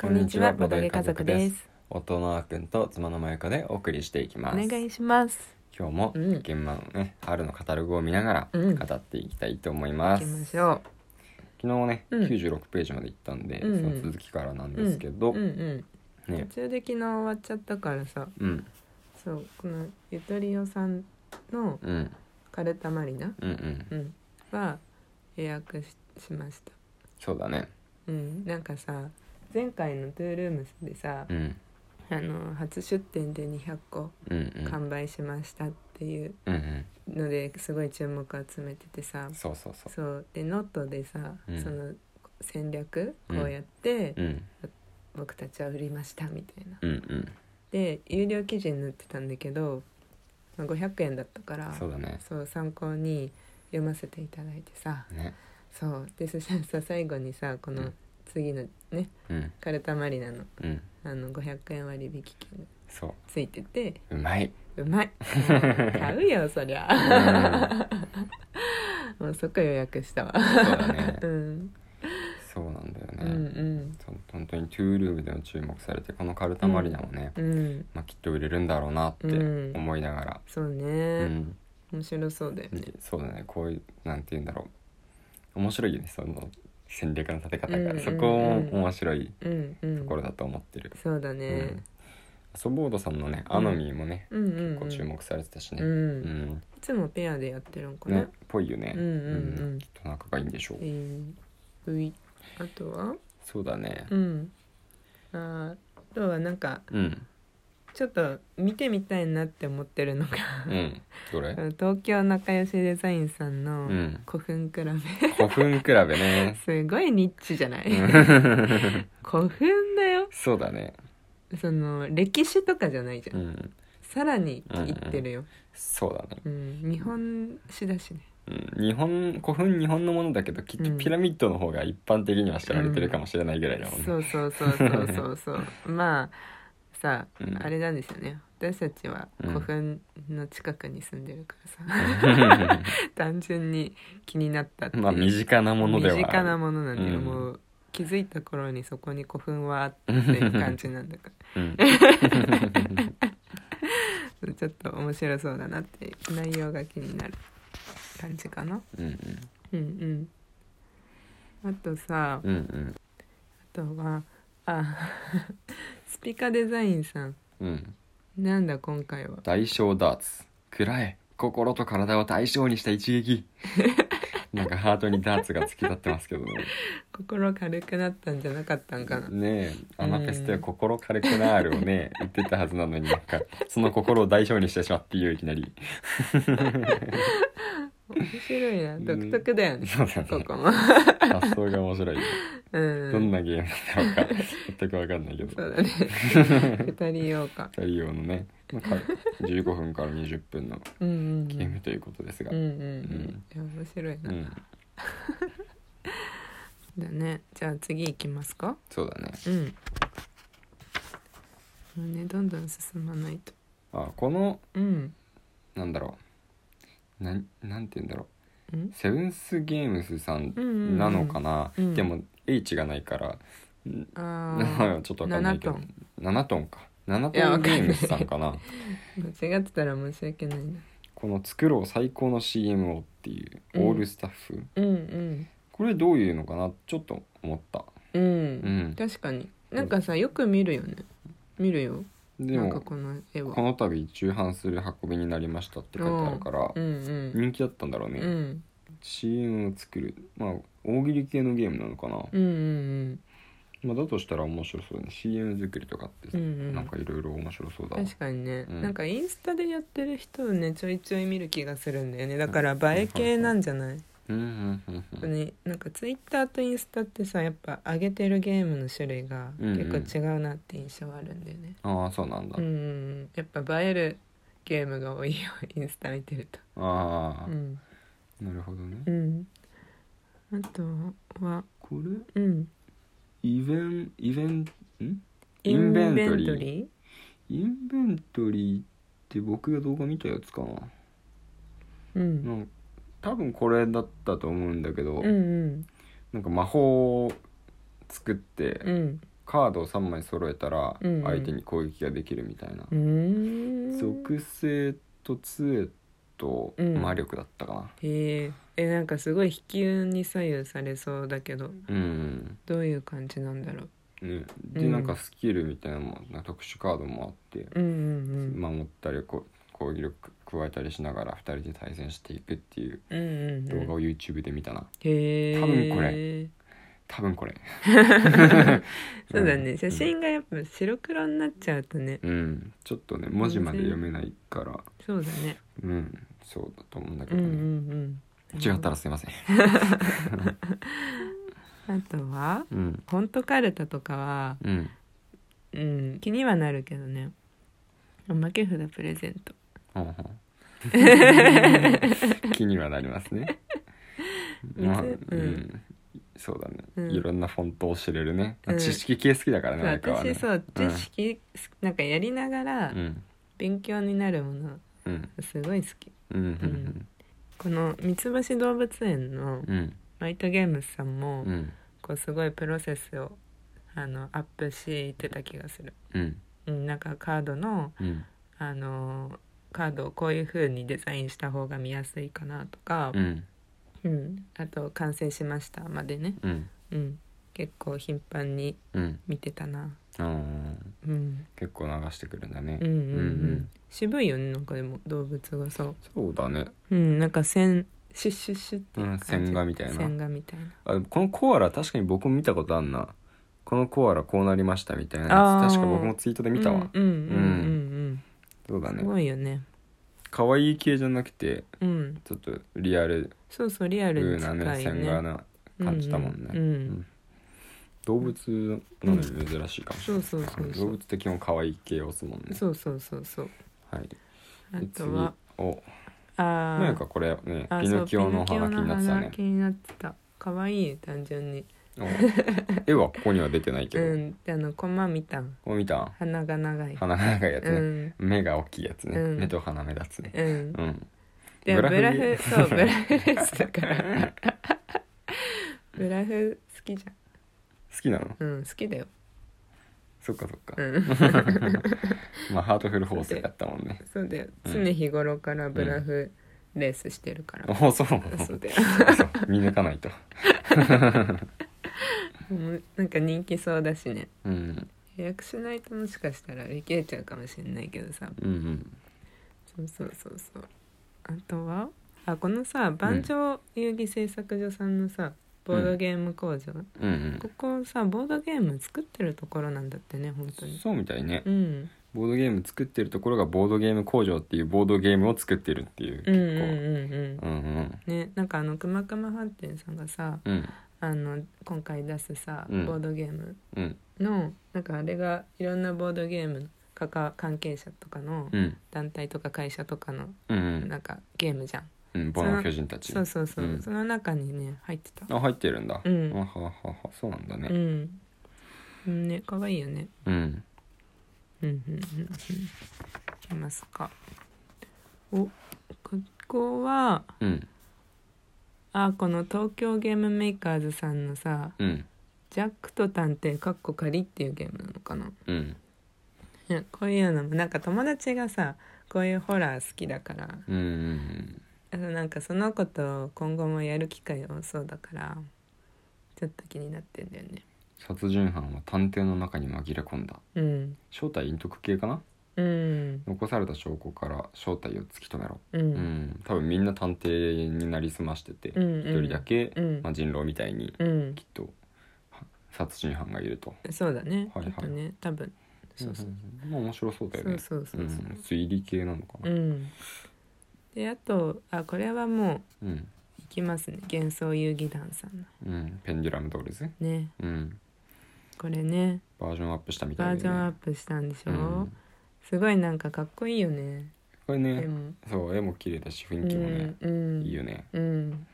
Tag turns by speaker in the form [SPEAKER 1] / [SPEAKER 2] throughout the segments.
[SPEAKER 1] こんにちは、ボドゲ家族です。
[SPEAKER 2] 夫のあくんと妻のまゆかでお送りしていきま
[SPEAKER 1] お
[SPEAKER 2] す。
[SPEAKER 1] 願いします。
[SPEAKER 2] 今日も
[SPEAKER 1] うん
[SPEAKER 2] 現場のね、春のカタログを見なが
[SPEAKER 1] うん
[SPEAKER 2] ら語っていきたいと思い
[SPEAKER 1] 行
[SPEAKER 2] ます。
[SPEAKER 1] きましょ
[SPEAKER 2] 昨日ね、
[SPEAKER 1] うん
[SPEAKER 2] 96ページまで行ったんで、
[SPEAKER 1] うんうん
[SPEAKER 2] その続きからなんですけど、
[SPEAKER 1] う。うんうん。途
[SPEAKER 2] ね、
[SPEAKER 1] 中で昨日終わっちゃったからさ、
[SPEAKER 2] うん、
[SPEAKER 1] そうこのゆとりおさんの
[SPEAKER 2] うん、うん、
[SPEAKER 1] カルタマリナ、
[SPEAKER 2] うん、
[SPEAKER 1] うん、は予約ししました。
[SPEAKER 2] そうだね。
[SPEAKER 1] うん。なんかさ、前回のトゥールームスでさ
[SPEAKER 2] う、ん、
[SPEAKER 1] あの初出店で200個
[SPEAKER 2] うん、うん、
[SPEAKER 1] 完売しましたっていう
[SPEAKER 2] うん、うん、
[SPEAKER 1] のですごい注目集めててさ、
[SPEAKER 2] そうそうそう。
[SPEAKER 1] そうでノットでさ、
[SPEAKER 2] うん
[SPEAKER 1] その戦略こ
[SPEAKER 2] うん
[SPEAKER 1] うやって
[SPEAKER 2] うん、
[SPEAKER 1] 僕たちは売りましたみたいな。
[SPEAKER 2] うん、うん、
[SPEAKER 1] で有料記事に載ってたんだけど、まあ、500円だったから
[SPEAKER 2] そうだね。
[SPEAKER 1] そう参考に読ませていただいてさ
[SPEAKER 2] ね、
[SPEAKER 1] そうでそしたらさ最後にさこ
[SPEAKER 2] う
[SPEAKER 1] の
[SPEAKER 2] ん
[SPEAKER 1] 次のね
[SPEAKER 2] うん、
[SPEAKER 1] カルタマリナの
[SPEAKER 2] うん、
[SPEAKER 1] あの500円割引券が
[SPEAKER 2] そ
[SPEAKER 1] ついてて
[SPEAKER 2] う、うま い。
[SPEAKER 1] うま い買うよそり
[SPEAKER 2] う
[SPEAKER 1] ゃ
[SPEAKER 2] ん、そう
[SPEAKER 1] もうそこ予約したわ、
[SPEAKER 2] だね
[SPEAKER 1] う。ん、
[SPEAKER 2] そうなんだよ
[SPEAKER 1] う
[SPEAKER 2] ね。
[SPEAKER 1] んうん
[SPEAKER 2] そう本当にトゥールームでも注目されてこのカルタマリナもね、
[SPEAKER 1] うん
[SPEAKER 2] まあ、きっと売れるんだろうなって
[SPEAKER 1] うん
[SPEAKER 2] 思いながら、
[SPEAKER 1] そうね、
[SPEAKER 2] うん
[SPEAKER 1] 面白そうだよね
[SPEAKER 2] でそうだねこういうなんて言うんだろう面白いよねその戦略の立て方が、
[SPEAKER 1] うんうん
[SPEAKER 2] そこも面白い
[SPEAKER 1] うんうん
[SPEAKER 2] ところだと思ってる、
[SPEAKER 1] そうだ
[SPEAKER 2] うん
[SPEAKER 1] ね、
[SPEAKER 2] ソボードさんのねアノミーもね、
[SPEAKER 1] うん、うんうん
[SPEAKER 2] 結構注目されてたしね、
[SPEAKER 1] うん
[SPEAKER 2] う、ん
[SPEAKER 1] いつもペアでやってるんかな、
[SPEAKER 2] ねっぽいよね、
[SPEAKER 1] うんうんうん
[SPEAKER 2] きっと仲がいいんでしょう、
[SPEAKER 1] えーういあとは
[SPEAKER 2] そうだね
[SPEAKER 1] うんあーあとはなんか
[SPEAKER 2] うん
[SPEAKER 1] ちょっと見てみたいなって思ってるのが
[SPEAKER 2] うん、どれ
[SPEAKER 1] 東京仲良しデザインさん
[SPEAKER 2] う
[SPEAKER 1] の
[SPEAKER 2] ん
[SPEAKER 1] 古墳比べ、
[SPEAKER 2] 古墳比べね
[SPEAKER 1] すごいニッチじゃない、
[SPEAKER 2] う
[SPEAKER 1] 古墳だよ
[SPEAKER 2] そうだね
[SPEAKER 1] その歴史とかじゃないじゃん、
[SPEAKER 2] うん
[SPEAKER 1] さらにいってるよ、
[SPEAKER 2] そうだね
[SPEAKER 1] うん日本史だしね
[SPEAKER 2] うん日本古墳日本のものだけどきっと
[SPEAKER 1] うん
[SPEAKER 2] ピラミッドの方が一般的には知られてるかもしれないぐらいだもんね、
[SPEAKER 1] そうそうそうそうそうそう まあさあ、
[SPEAKER 2] うん
[SPEAKER 1] あれなんですよね私たちは
[SPEAKER 2] うん
[SPEAKER 1] 古墳の近くに住んでるからさ、 単純に気になったっていう
[SPEAKER 2] まあ身近なものではある
[SPEAKER 1] 身近なものなんだよ、
[SPEAKER 2] うん
[SPEAKER 1] もう気づいた頃にそこに古墳はあっていう感じなんだか
[SPEAKER 2] うん
[SPEAKER 1] ら ちょっと面白そうだなって内容が気になる感じかな
[SPEAKER 2] うん
[SPEAKER 1] うんうんあとさあ
[SPEAKER 2] うんうん
[SPEAKER 1] とはあ スピカデザインさん
[SPEAKER 2] うんうん
[SPEAKER 1] なんだ今回は
[SPEAKER 2] 大小ダーツ暗い心と体を対象にした一撃 なんかハートにダーツが突き立ってますけどね
[SPEAKER 1] 心軽くなったんじゃなかったんかな
[SPEAKER 2] ねえアナペステは心軽くなーる をね言ってたはずなのになんかその心を代償にしてしまっていういきなり
[SPEAKER 1] 面白いな
[SPEAKER 2] うん
[SPEAKER 1] 独特だよね、
[SPEAKER 2] そうだ
[SPEAKER 1] こ
[SPEAKER 2] ね
[SPEAKER 1] こ も
[SPEAKER 2] 発想が面白いよ
[SPEAKER 1] うん
[SPEAKER 2] どんなゲームなのか全く分かんないけ
[SPEAKER 1] そ
[SPEAKER 2] ど
[SPEAKER 1] う だね二人用か
[SPEAKER 2] 2人用のねまあか15分から20分の
[SPEAKER 1] うんうんうん
[SPEAKER 2] ゲームということですが、
[SPEAKER 1] うんうん
[SPEAKER 2] う
[SPEAKER 1] う
[SPEAKER 2] ん
[SPEAKER 1] んいや面白いな、
[SPEAKER 2] うん
[SPEAKER 1] だねじゃあ次行きますか
[SPEAKER 2] そうだね
[SPEAKER 1] うんもうねどんどん進まないと
[SPEAKER 2] あこの
[SPEAKER 1] うん
[SPEAKER 2] なんだろうなんなんて言うんだろ
[SPEAKER 1] うん
[SPEAKER 2] うセブンスゲームスさ
[SPEAKER 1] うんうんうん
[SPEAKER 2] んなのかな、
[SPEAKER 1] うん
[SPEAKER 2] でも H がないから、
[SPEAKER 1] あ
[SPEAKER 2] 名前
[SPEAKER 1] ー
[SPEAKER 2] はちょっと分かんないけど
[SPEAKER 1] 7
[SPEAKER 2] 7トンか7
[SPEAKER 1] いや
[SPEAKER 2] ト
[SPEAKER 1] わ
[SPEAKER 2] ン
[SPEAKER 1] か
[SPEAKER 2] ゲ
[SPEAKER 1] んない
[SPEAKER 2] ームスさんかな
[SPEAKER 1] 間違ってたら申し訳ないな
[SPEAKER 2] この「作ろう最高の CM を」っていうオールスタッフ、
[SPEAKER 1] うん
[SPEAKER 2] これどういうのかなちょっと思った
[SPEAKER 1] うんう
[SPEAKER 2] うんん
[SPEAKER 1] 確かになんかさよく見るよね見るよ
[SPEAKER 2] で
[SPEAKER 1] なんか
[SPEAKER 2] も
[SPEAKER 1] この絵は
[SPEAKER 2] この度重版する運びになりましたって書いてあるから
[SPEAKER 1] うんうん
[SPEAKER 2] 人気だったんだろうね、
[SPEAKER 1] うん
[SPEAKER 2] CM を作るまあ大喜利系のゲームなのかな、
[SPEAKER 1] うんうん
[SPEAKER 2] まあ、だとしたら面白そうだね CM 作りとかって
[SPEAKER 1] うんうん
[SPEAKER 2] なんかいろいろ面白そうだわ
[SPEAKER 1] 確かにね、
[SPEAKER 2] うん
[SPEAKER 1] なんかインスタでやってる人をねちょいちょい見る気がするんだよねだから映え系なんじゃない、
[SPEAKER 2] うんうんうんうん
[SPEAKER 1] ね、なんかツイッターとインスタってさやっぱ上げてるゲームの種類が結構違うなって印象あるんだよね
[SPEAKER 2] ああそうなんだ、
[SPEAKER 1] うん、ん、やっぱ映えるゲームが多いよインスタ見てると
[SPEAKER 2] ああ、
[SPEAKER 1] うん、
[SPEAKER 2] なるほどね
[SPEAKER 1] うん、あとは
[SPEAKER 2] これ
[SPEAKER 1] うん
[SPEAKER 2] イベンイベンんインベントリー
[SPEAKER 1] インベントリー
[SPEAKER 2] インベントリーって僕が動画見たやつかな
[SPEAKER 1] うん
[SPEAKER 2] なんか多分これだったと思うんだけど、
[SPEAKER 1] うんうん
[SPEAKER 2] なんか魔法を作って、
[SPEAKER 1] うん
[SPEAKER 2] カードを3枚揃えたら
[SPEAKER 1] うんうん
[SPEAKER 2] 相手に攻撃ができるみたいな、
[SPEAKER 1] うーん
[SPEAKER 2] 属性と杖と
[SPEAKER 1] うん
[SPEAKER 2] 魔力だったかな
[SPEAKER 1] へええなんかすごい飛球に左右されそうだけど
[SPEAKER 2] うん、
[SPEAKER 1] どういう感じなんだろう
[SPEAKER 2] ね、で
[SPEAKER 1] うん
[SPEAKER 2] なんかスキルみたいなのもなんか特殊カードもあって
[SPEAKER 1] うんうんうん
[SPEAKER 2] 守ったりこ攻撃力加えたりしながら2人で対戦していくっていう
[SPEAKER 1] うんうん
[SPEAKER 2] 動画
[SPEAKER 1] うん
[SPEAKER 2] を YouTube で見たな、
[SPEAKER 1] へえ
[SPEAKER 2] 多分これ多分これ
[SPEAKER 1] そうだ
[SPEAKER 2] う
[SPEAKER 1] ね
[SPEAKER 2] ん
[SPEAKER 1] 写真がやっぱ白黒になっちゃうとね
[SPEAKER 2] うんちょっとね文字まで読めないから
[SPEAKER 1] そうだね
[SPEAKER 2] うんそうだと思うんだけ
[SPEAKER 1] う
[SPEAKER 2] ど
[SPEAKER 1] んう
[SPEAKER 2] ね、
[SPEAKER 1] んうん
[SPEAKER 2] 違ったらすいません
[SPEAKER 1] あとは
[SPEAKER 2] うん
[SPEAKER 1] フォントカルタとかは
[SPEAKER 2] うん
[SPEAKER 1] うん気にはなるけどねおまけ札プレゼント
[SPEAKER 2] ほうほう気にはなりますねまあ
[SPEAKER 1] 別
[SPEAKER 2] う
[SPEAKER 1] うん
[SPEAKER 2] んそうだね、
[SPEAKER 1] うん
[SPEAKER 2] いろんなフォントを知れるね、
[SPEAKER 1] うん
[SPEAKER 2] 知識系好きだからね相川はね
[SPEAKER 1] 私そう
[SPEAKER 2] うん
[SPEAKER 1] 知識なんかやりながら
[SPEAKER 2] うん
[SPEAKER 1] 勉強になるもの
[SPEAKER 2] うん
[SPEAKER 1] すごい好き
[SPEAKER 2] うんうん
[SPEAKER 1] この三つ星動物園の
[SPEAKER 2] うん
[SPEAKER 1] マイトゲームズさんも
[SPEAKER 2] うん
[SPEAKER 1] こうすごいプロセスをあのアップしてた気がする
[SPEAKER 2] うん
[SPEAKER 1] うんなんかカードの
[SPEAKER 2] うん
[SPEAKER 1] あのカードをこういう風にデザインした方が見やすいかなとか
[SPEAKER 2] う、ん
[SPEAKER 1] うん、あと「完成しました」までね、
[SPEAKER 2] うん
[SPEAKER 1] うん、結構頻繁に
[SPEAKER 2] うん
[SPEAKER 1] 見てたな、
[SPEAKER 2] あー
[SPEAKER 1] うん、
[SPEAKER 2] 結構流してくるんだね
[SPEAKER 1] うんうんうん、
[SPEAKER 2] うんうん
[SPEAKER 1] 渋いよねなんかでも動物がさ、
[SPEAKER 2] そうだね
[SPEAKER 1] うん、なんか線シュッシュッシュッっていう感じ
[SPEAKER 2] うん線画みたいな
[SPEAKER 1] 線画みたいな
[SPEAKER 2] あでもこのコアラ確かに僕も見たことあんなこのコアラこうなりましたみたいなや
[SPEAKER 1] あー
[SPEAKER 2] つ確か僕もツイートで見たわ、
[SPEAKER 1] うんうんうんうん
[SPEAKER 2] そう
[SPEAKER 1] う
[SPEAKER 2] だ
[SPEAKER 1] ん、
[SPEAKER 2] ね
[SPEAKER 1] すごいよね
[SPEAKER 2] 可愛い系じゃなくて
[SPEAKER 1] うん
[SPEAKER 2] ちょっとリアル
[SPEAKER 1] そうそうリアル
[SPEAKER 2] 風
[SPEAKER 1] に近
[SPEAKER 2] なね
[SPEAKER 1] い
[SPEAKER 2] 線画
[SPEAKER 1] ね
[SPEAKER 2] な感じたもんね、
[SPEAKER 1] うんうんうん
[SPEAKER 2] うん動物なのに珍しいかもしれない、
[SPEAKER 1] そうそうそうそう
[SPEAKER 2] 動物的にも可愛い系を押すもんね
[SPEAKER 1] そうそうそうそう
[SPEAKER 2] はい
[SPEAKER 1] あ
[SPEAKER 2] で
[SPEAKER 1] とは
[SPEAKER 2] 次お
[SPEAKER 1] あー
[SPEAKER 2] なんかこれね
[SPEAKER 1] あ
[SPEAKER 2] ピノキオの
[SPEAKER 1] そう
[SPEAKER 2] 花気になって
[SPEAKER 1] ピノキ
[SPEAKER 2] たね
[SPEAKER 1] オの花気になってた可愛い単純に
[SPEAKER 2] お絵はここには出てないけ
[SPEAKER 1] う
[SPEAKER 2] ど、
[SPEAKER 1] んであのコマ見たん
[SPEAKER 2] こう見た
[SPEAKER 1] 鼻が長い
[SPEAKER 2] 鼻が長いやつ
[SPEAKER 1] う
[SPEAKER 2] ね、
[SPEAKER 1] ん
[SPEAKER 2] 目が大きいやつね、
[SPEAKER 1] うん
[SPEAKER 2] 目と鼻目立つね
[SPEAKER 1] うん
[SPEAKER 2] うん
[SPEAKER 1] でブ
[SPEAKER 2] ブラ
[SPEAKER 1] ラフ
[SPEAKER 2] フ
[SPEAKER 1] そうブラフですだから ブラフ好きじ
[SPEAKER 2] 好きなの
[SPEAKER 1] ゃんうん好きだよ
[SPEAKER 2] そっかそっか、
[SPEAKER 1] うん
[SPEAKER 2] まあハートフル法制だったもんね
[SPEAKER 1] そうだよ
[SPEAKER 2] うん
[SPEAKER 1] 常日頃からブラフレースしてるから、
[SPEAKER 2] おおそう
[SPEAKER 1] そうだよ
[SPEAKER 2] そう見抜かないと
[SPEAKER 1] もうなんか人気そうだしね
[SPEAKER 2] うん
[SPEAKER 1] 予約しないともしかしたら売り切れちゃうかもしれないけどさ
[SPEAKER 2] うんうん
[SPEAKER 1] そうそうそうそうあとはあこのさ万丈遊戯製作所さんのさボードゲーム工場、
[SPEAKER 2] うんうん
[SPEAKER 1] ここさボードゲーム作ってるところなんだってね本当に
[SPEAKER 2] そうみたいね
[SPEAKER 1] うん
[SPEAKER 2] ボードゲーム作ってるところがボードゲーム工場っていうボードゲームを作ってるっていう
[SPEAKER 1] うんうん
[SPEAKER 2] 結
[SPEAKER 1] うんうん
[SPEAKER 2] 構うんうん
[SPEAKER 1] ねなんかあのくまくま飯店さんがさ
[SPEAKER 2] うん
[SPEAKER 1] あの今回出すさ、
[SPEAKER 2] うん
[SPEAKER 1] ボードゲーム
[SPEAKER 2] うん
[SPEAKER 1] のなんかあれがいろんなボードゲームのかか関係者とかの
[SPEAKER 2] うん
[SPEAKER 1] 団体とか会社とかの
[SPEAKER 2] うんうん
[SPEAKER 1] なんかゲームじゃん、
[SPEAKER 2] うんボの巨人たち
[SPEAKER 1] そうそうそう、
[SPEAKER 2] うん
[SPEAKER 1] その中にね入ってた
[SPEAKER 2] あ入ってるんだ
[SPEAKER 1] うん
[SPEAKER 2] あはははそうなんだ
[SPEAKER 1] う
[SPEAKER 2] ね
[SPEAKER 1] んうんね可愛いよね
[SPEAKER 2] うん
[SPEAKER 1] うんうんうんうんいきますかおここは
[SPEAKER 2] うん
[SPEAKER 1] あこの東京ゲームメーカーズさんのさ
[SPEAKER 2] うん
[SPEAKER 1] 「ジャックと探偵かっこ仮」っていうゲームなのかな
[SPEAKER 2] うん
[SPEAKER 1] いやこういうのもなんか友達がさこういうホラー好きだから
[SPEAKER 2] うんうん
[SPEAKER 1] あのなんかその子と今後もやる機会多そうだからちょっと気になってんだよね
[SPEAKER 2] 殺人犯は探偵の中に紛れ込んだ
[SPEAKER 1] うん
[SPEAKER 2] 正体隠匿系かな
[SPEAKER 1] うん
[SPEAKER 2] 残された証拠から正体を突き止めろ、
[SPEAKER 1] う
[SPEAKER 2] うんん、多分みんな探偵になりすましてて
[SPEAKER 1] う
[SPEAKER 2] 一、
[SPEAKER 1] ん
[SPEAKER 2] 人だけ、
[SPEAKER 1] うん
[SPEAKER 2] まあ、人狼みたいに
[SPEAKER 1] うん
[SPEAKER 2] きっとは殺人犯がいると
[SPEAKER 1] そうだね、
[SPEAKER 2] はい
[SPEAKER 1] ち
[SPEAKER 2] はい
[SPEAKER 1] ょっとね多分そうそう、
[SPEAKER 2] んまあ面白そうだよ
[SPEAKER 1] そう
[SPEAKER 2] ね、
[SPEAKER 1] そうそうそううん
[SPEAKER 2] 推理系なのか
[SPEAKER 1] う、
[SPEAKER 2] なん
[SPEAKER 1] であとあこれはも
[SPEAKER 2] うん、
[SPEAKER 1] ういきますね幻想遊戯団さんの
[SPEAKER 2] うん、ペンデュラムドールズ、
[SPEAKER 1] ね
[SPEAKER 2] うん、
[SPEAKER 1] これね
[SPEAKER 2] バージョンアップしたみた
[SPEAKER 1] バー
[SPEAKER 2] い
[SPEAKER 1] ジョンアッ
[SPEAKER 2] ね
[SPEAKER 1] プしたんでしょ、
[SPEAKER 2] うん、
[SPEAKER 1] すごいなんかかっこいいよね
[SPEAKER 2] これ
[SPEAKER 1] で
[SPEAKER 2] ね
[SPEAKER 1] も
[SPEAKER 2] そう絵も綺麗だし雰囲気もね、
[SPEAKER 1] うんうん
[SPEAKER 2] いいよね
[SPEAKER 1] うん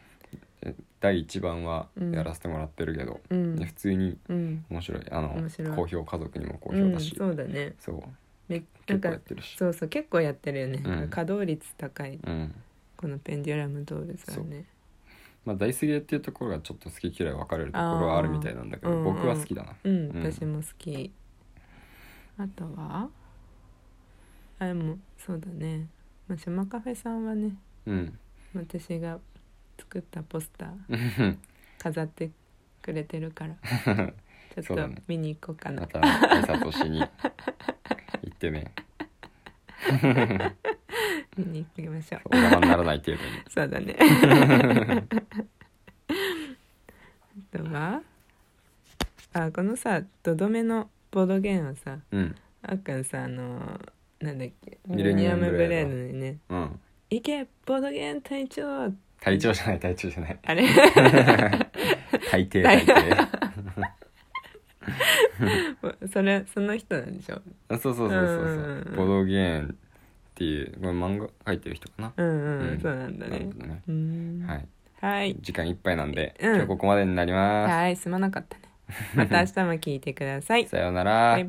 [SPEAKER 2] 第1版は
[SPEAKER 1] うん
[SPEAKER 2] やらせてもらってるけど、
[SPEAKER 1] う
[SPEAKER 2] ね
[SPEAKER 1] ん
[SPEAKER 2] 普通に
[SPEAKER 1] うん
[SPEAKER 2] 面白いあの
[SPEAKER 1] 面白い
[SPEAKER 2] 好評家族にも好
[SPEAKER 1] う
[SPEAKER 2] 評だ
[SPEAKER 1] ん
[SPEAKER 2] し、
[SPEAKER 1] そうだね
[SPEAKER 2] そう
[SPEAKER 1] めなん
[SPEAKER 2] 結構や
[SPEAKER 1] か
[SPEAKER 2] ってるし
[SPEAKER 1] そうそう結構やってるよね、
[SPEAKER 2] うん
[SPEAKER 1] 稼働率高い
[SPEAKER 2] うん
[SPEAKER 1] このペンデュラムドールさんね
[SPEAKER 2] まあ大杉っていうところがちょっと好き嫌い分かれるところはあるみたいなんだけ
[SPEAKER 1] あーうんう
[SPEAKER 2] ど
[SPEAKER 1] ん
[SPEAKER 2] 僕は好きだな
[SPEAKER 1] うん、
[SPEAKER 2] うん
[SPEAKER 1] 私も好きあとはあれもそうだね、まあ、島カフェさんはね
[SPEAKER 2] うん
[SPEAKER 1] 私が作ったポスター
[SPEAKER 2] うん
[SPEAKER 1] 飾ってくれてるから ちょ
[SPEAKER 2] そ
[SPEAKER 1] っ
[SPEAKER 2] うだ
[SPEAKER 1] と
[SPEAKER 2] ね
[SPEAKER 1] 見に行こうかな
[SPEAKER 2] また挨拶をしに行ってね
[SPEAKER 1] 見に行きましょう
[SPEAKER 2] お邪魔にならない程度に
[SPEAKER 1] そうだね あとはあこのさドドメのボードゲームはさ
[SPEAKER 2] うん
[SPEAKER 1] あっくんさあのなんだっけミ
[SPEAKER 2] ミ
[SPEAKER 1] レ
[SPEAKER 2] レ
[SPEAKER 1] ニ
[SPEAKER 2] ニ
[SPEAKER 1] ア
[SPEAKER 2] ア
[SPEAKER 1] ム
[SPEAKER 2] ム
[SPEAKER 1] ブ
[SPEAKER 2] ブ
[SPEAKER 1] レ
[SPEAKER 2] レ
[SPEAKER 1] ー
[SPEAKER 2] ー
[SPEAKER 1] ド
[SPEAKER 2] ド
[SPEAKER 1] にね
[SPEAKER 2] うん
[SPEAKER 1] 「行けボードゲーム隊長!」
[SPEAKER 2] 体調じゃない体調じゃない
[SPEAKER 1] あれ
[SPEAKER 2] 大抵大抵
[SPEAKER 1] それその人なんでしょ
[SPEAKER 2] あそうそうそうそ
[SPEAKER 1] う
[SPEAKER 2] う
[SPEAKER 1] んうん
[SPEAKER 2] そううんボドゲーンっていうこれ漫画書いてる人かな
[SPEAKER 1] うんうん、
[SPEAKER 2] うん
[SPEAKER 1] そうなんだ
[SPEAKER 2] なる
[SPEAKER 1] ね
[SPEAKER 2] ほどね
[SPEAKER 1] うーん
[SPEAKER 2] は
[SPEAKER 1] はいい
[SPEAKER 2] 時間いっぱいなんで
[SPEAKER 1] うん
[SPEAKER 2] 今日ここまでになりま
[SPEAKER 1] はいすまなかったねまた明日も聞いてください
[SPEAKER 2] すさような
[SPEAKER 1] バイ
[SPEAKER 2] ら
[SPEAKER 1] バイ